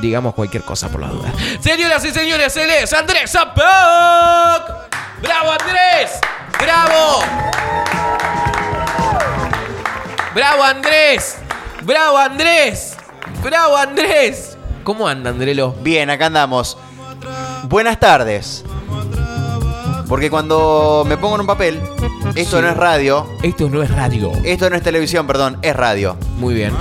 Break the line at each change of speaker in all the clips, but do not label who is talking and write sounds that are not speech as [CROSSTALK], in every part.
digamos cualquier cosa por la duda.
Señoras y señores, él es Andrés Zapac. ¡Bravo, Andrés! ¡Bravo! ¡Bravo, Andrés! ¡Bravo, Andrés! ¡Bravo, Andrés! ¿Cómo anda, Andrelo?
Bien, acá andamos. Buenas tardes. Porque cuando me pongo en un papel, esto no es radio,
Esto no es radio.
esto no es televisión, perdón, es radio.
Muy bien.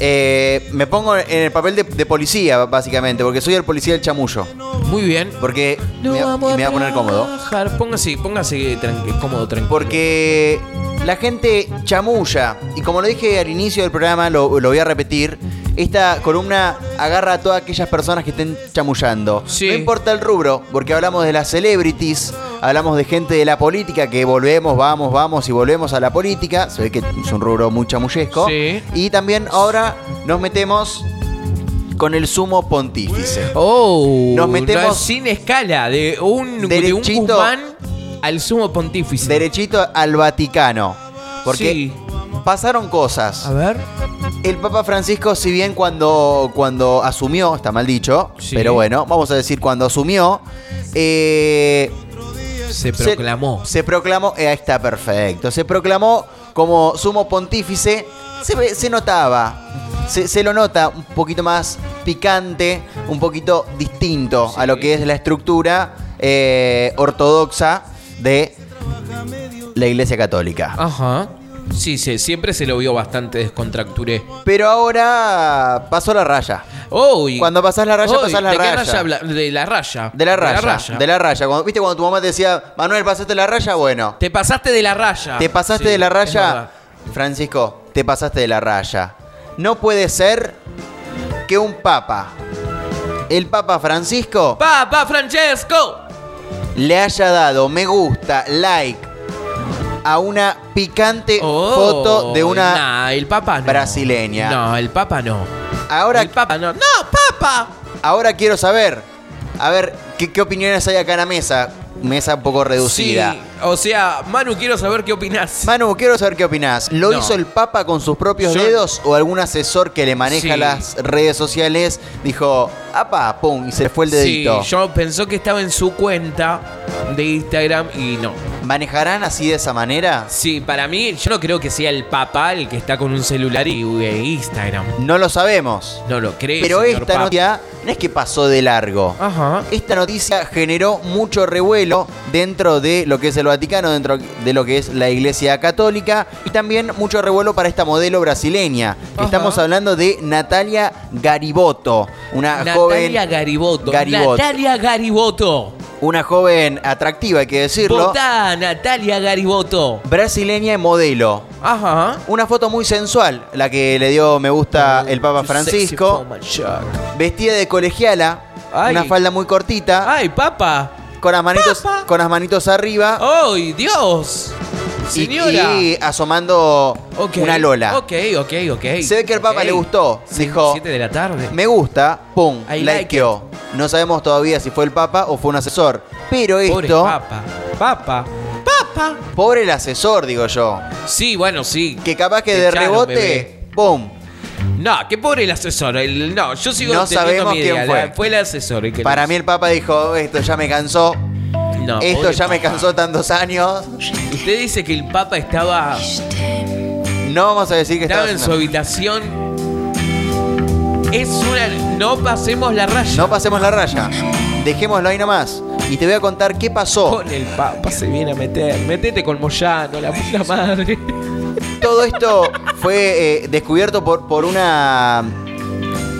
Eh, me pongo en el papel de, de policía, básicamente, porque soy el policía del chamullo.
Muy bien.
Porque me, va- y me va a poner cómodo.
trabajar. Póngase, póngase tranqui- cómodo, tranquilo.
Porque la gente chamulla, y como lo dije al inicio del programa, lo, lo voy a repetir, esta columna agarra a todas aquellas personas que estén chamullando.
Sí.
No importa el rubro, porque hablamos de las celebrities, hablamos de gente de la política, que volvemos, vamos, vamos y volvemos a la política. Se ve que es un rubro muy chamullesco.
Sí.
Y también ahora nos metemos con el sumo pontífice.
Oh,
Nos metemos-
no, sin escala de un, de un
Derechito.
Guzmán al sumo pontífice.
Derechito al Vaticano. Porque
Sí.
pasaron cosas.
A ver.
El Papa Francisco, si bien cuando, cuando asumió, está mal dicho,
Sí.
pero bueno, vamos a decir cuando asumió, eh,
Se
se-
proclamó.
Se, proclamó, eh, ahí está perfecto, se proclamó como sumo pontífice, se, ve- se notaba, se, se lo nota un poquito más picante, un poquito distinto a lo que es la estructura eh, ortodoxa de la Iglesia Católica.
Ah. Ajá. Sí, sí, siempre se lo vio bastante descontracturé.
Pero ahora pasó la raya.
Oh, y-
Cuando pasás la raya,
Oh,
pasás la
¿de qué
raya.
habla- de la raya.
De la raya. De la raya. Cuando- ¿Viste cuando tu mamá te decía, Manuel, pasaste la raya? Bueno,
Te pasaste de la raya.
te pasaste
Ah, Sí,
de la
es
raya.
verdad.
Francisco, te pasaste de la raya. No puede ser que un papa, el papa Francisco,
Papa Francesco.
le haya dado me gusta, like a una picante
Oh,
Eh, foto de una.
nah, el papa no.
brasileña.
No, el papa no.
Ahora,
el papa no. No, papa.
ahora quiero saber, a ver, ¿qué, qué opiniones hay acá en la mesa? Mesa un poco reducida.
Sí, o sea, Manu, quiero saber qué opinás.
Manu, quiero saber qué opinás. ¿Lo
No.
hizo el Papa con sus propios
Yo-
dedos o algún asesor que le maneja
Sí.
las redes sociales dijo, apa, pum, y se le fue el
sí,
dedito?
yo pensó que estaba en su cuenta de Instagram y no.
¿Manejarán así de esa manera?
Sí, para mí, yo no creo que sea el papa el que está con un celular y eh, Instagram.
No lo sabemos.
No lo creo.
Pero
señor
esta
papa. Ah.
noticia no es que pasó de largo.
Ajá.
Esta noticia generó mucho revuelo dentro de lo que es el Vaticano, dentro de lo que es la Iglesia Católica y también mucho revuelo para esta modelo brasileña.
Ajá.
Estamos hablando de Natalia Gariboto, una joven
Natalia Gariboto.
Gariboto.
Natalia Gariboto.
Una joven atractiva, hay que decirlo.
Votá, Natalia Gariboto.
Brasileña y modelo.
Ajá.
Una foto muy sensual, la que le dio me gusta el Papa Francisco.
Sexy woman shark.
Vestida de colegiala.
Ay.
Una falda muy cortita.
Ay, papa.
Con las manitos,
Papa.
con las manitos arriba.
¡Ay, Dios!
y-
Señora.
Y, asomando
Ok,
una lola.
Ok, ok, ok.
Se ve que al Papa
ok.
le gustó.
Sí,
Dijo-
Siete de la tarde.
Me gusta, pum,
I like
likeó. No sabemos todavía si fue el Papa o fue un asesor. Pero
Pobre
esto,
papa. Papa. Papa.
pobre el asesor, digo yo.
Sí, bueno, sí.
Que capaz que
Te
de
echaron,
rebote,
bebé.
pum,
No, qué pobre el asesor. el- no, yo sigo
No
entendiendo
sabemos
mi
quién
idea,
fue.
la- fue el asesor. el que
Para
lo
mí
hizo.
el Papa dijo, esto ya me cansó,
No,
esto
pobre
ya me
papa.
cansó tantos años.
Usted dice que el papa estaba,
No vamos a decir que
estaba
estaba
en su habitación. Es una. No pasemos la raya.
No pasemos la raya, dejémoslo ahí nomás. Y te voy a contar qué pasó.
Con el papa se viene a meter. Metete con Moyano, la puta madre.
Todo esto fue eh, descubierto por, por una...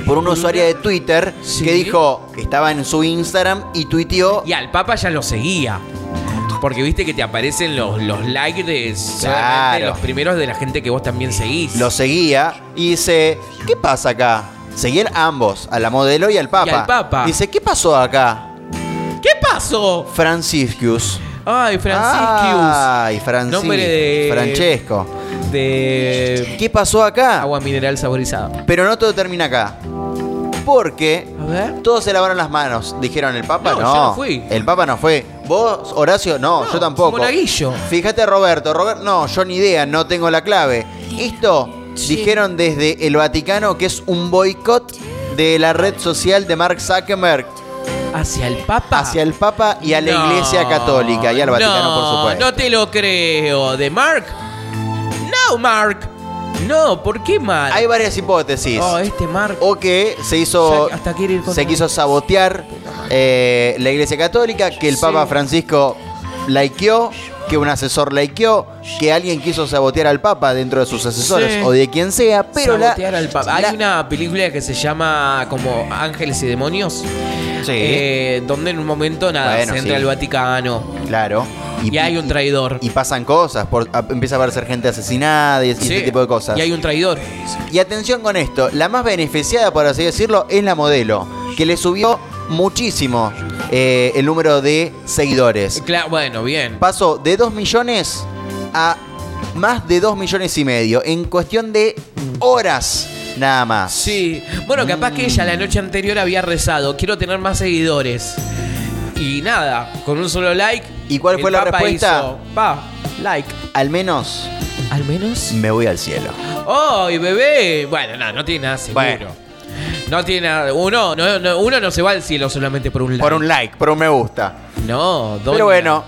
Por una usuaria de Twitter
Sí.
que dijo que estaba en su Instagram y tuiteó
Y al Papa ya lo seguía. Porque viste que te aparecen los, los likes de solamente
Claro.
los primeros de la gente que vos también seguís.
Lo seguía y dice, ¿qué pasa acá? Seguían ambos, a la modelo y al Papa.
al Papa.
Dice, ¿qué pasó acá?
¿Qué pasó?
Franciscus.
Ay, Franciscus.
Ay, Francis.
Nombre de-
Francesco.
De
¿Qué pasó
[LAUGHS]
acá?
agua mineral saborizada.
Pero no todo termina acá. Porque
A ver.
todos se lavaron las manos. Dijeron, el Papa
No,
no.
yo no fui.
El Papa no fue. Vos, Horacio, no,
No,
yo tampoco.
Monaguillo.
Fíjate, Roberto. Roberto, no, yo ni idea, no tengo la clave. Esto dijeron desde el Vaticano que es un boicot de la red social de Mark Zuckerberg
Hacia el Papa.
hacia el Papa y a la
No,
Iglesia Católica y al Vaticano, por
no,
supuesto.
No te lo creo. ¿De Mark? No, Mark. No, ¿por qué Mark?
Hay varias hipótesis.
Oh, este Mark.
o que se hizo
Ya, hasta quiere ir contra
se
mí.
quiso sabotear eh, la Iglesia Católica, que el Papa Francisco laiqueó, que un asesor laiqueó, que alguien quiso sabotear al Papa dentro de sus asesores
Sí.
o de quien sea, pero la,
Sabotear al Papa.
la-
Hay una película que se llama como Ángeles y Demonios.
Sí.
eh, donde en un momento nada,
Bueno,
se entra
sí.
al Vaticano.
claro
Y, hay un traidor.
y pasan cosas, por- a- empieza a aparecer gente asesinada y, y
Sí,
este tipo de cosas.
Y hay un traidor.
Y atención con esto, la más beneficiada, por así decirlo, es la modelo, que le subió muchísimo eh, el número de seguidores.
Cla- bueno, bien.
pasó de 2 millones a más de 2 millones y medio en cuestión de horas nada más.
Sí. Bueno, capaz que ella la
Mm.
noche anterior había rezado. Quiero tener más seguidores. Y nada, con un solo like.
¿Y cuál
el
fue la
Papa
respuesta?
hizo, Va, like.
Al menos
Al menos.
me voy al cielo.
¡Ay, bebé! Bueno, no, no tiene nada seguro.
Bueno.
No tiene nada. Uno no, no- uno no se va al cielo solamente por un like.
Por un like, por un me gusta.
No, doña.
Pero bueno,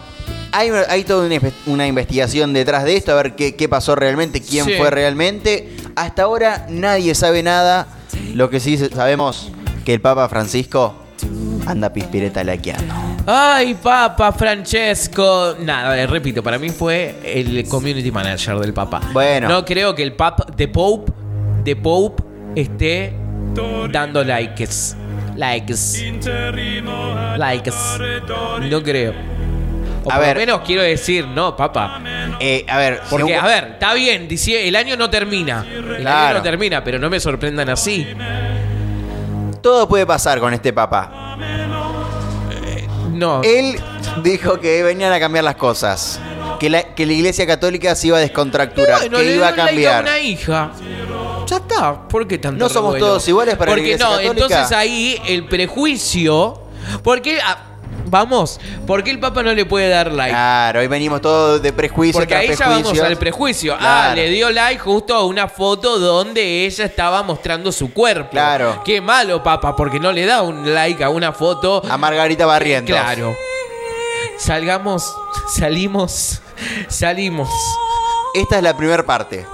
hay, hay toda una, inve- una investigación detrás de esto, a ver qué, qué pasó realmente, quién
Sí.
fue realmente. Hasta ahora nadie sabe nada. Lo que sí sabemos que el Papa Francisco anda pispireta laqueando.
Ay, Papa Francesco. Nada, eh, repito, para mí fue el community manager del Papa.
Bueno.
No creo que el Papa, The Pope, The Pope esté dando likes. Likes. Likes. No creo. O por
A
lo
ver.
menos quiero decir, no, Papa.
Eh, a ver,
Porque,
según-
a ver, está bien, dice, el año no termina. El año
Claro.
no termina, pero no me sorprendan así.
todo puede pasar con este Papa.
No.
Él dijo que venían a cambiar las cosas. Que la, que la iglesia católica se iba a descontracturar,
Bueno,
que
le
iba a
dio un like
cambiar.
una hija. Ya está. ¿Por qué tanto
No somos
revuelo?
todos iguales para la
Porque
Iglesia
no,
Católica.
entonces ahí el prejuicio. Porque. ah, vamos, ¿por qué el Papa no le puede dar like?
Claro, hoy venimos todos de prejuicios
Porque
tras
ahí ya vamos
prejuicios.
al prejuicio. Ah,
Claro.
le dio like justo a una foto donde ella estaba mostrando su cuerpo.
Claro.
Qué malo, Papa, porque no le da un like a una foto.
A Margarita Barrientos.
Claro. Salgamos, salimos, salimos.
Esta es la primera parte.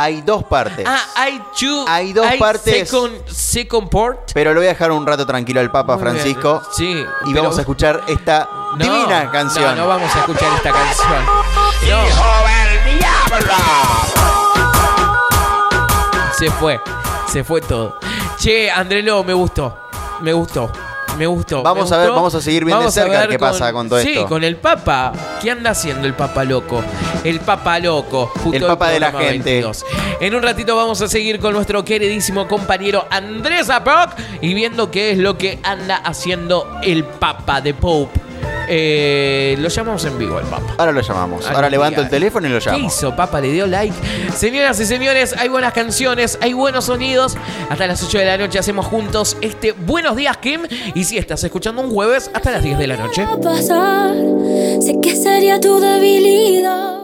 Hay dos partes.
Ah, hay two.
Hay dos partes.
Second, second part.
Pero lo voy a dejar un rato tranquilo al Papa
Muy
Francisco.
bien. Sí,
Y
pero-
vamos a escuchar esta
No,
divina canción.
No, no vamos a escuchar esta canción. No. Se fue, se fue todo. Che, Andrelo, me gustó, me gustó, me gustó.
Vamos
me
a ver,
gustó.
vamos a seguir bien de
a
cerca
ver
qué pasa con todo
sí,
esto.
con el Papa. ¿Qué anda haciendo el Papa loco? El Papa loco. justo
El
hoy
Papa de la
programa
gente.
22. En un ratito vamos a seguir con nuestro queridísimo compañero Andrés Aproc y viendo qué es lo que anda haciendo el Papa de Pope. Eh, lo llamamos en vivo el Papa.
Ahora lo llamamos.
Ay,
Ahora
mira.
levanto el teléfono y lo
¿Qué
llamo.
hizo, Papa? Le dio like. Señoras y señores, hay buenas canciones, hay buenos sonidos. Hasta las 8 de la noche hacemos juntos este Buenos Días, Kim. Y si estás escuchando un jueves, hasta las 10 de la noche.
pasar. Sé que sería tu debilidad.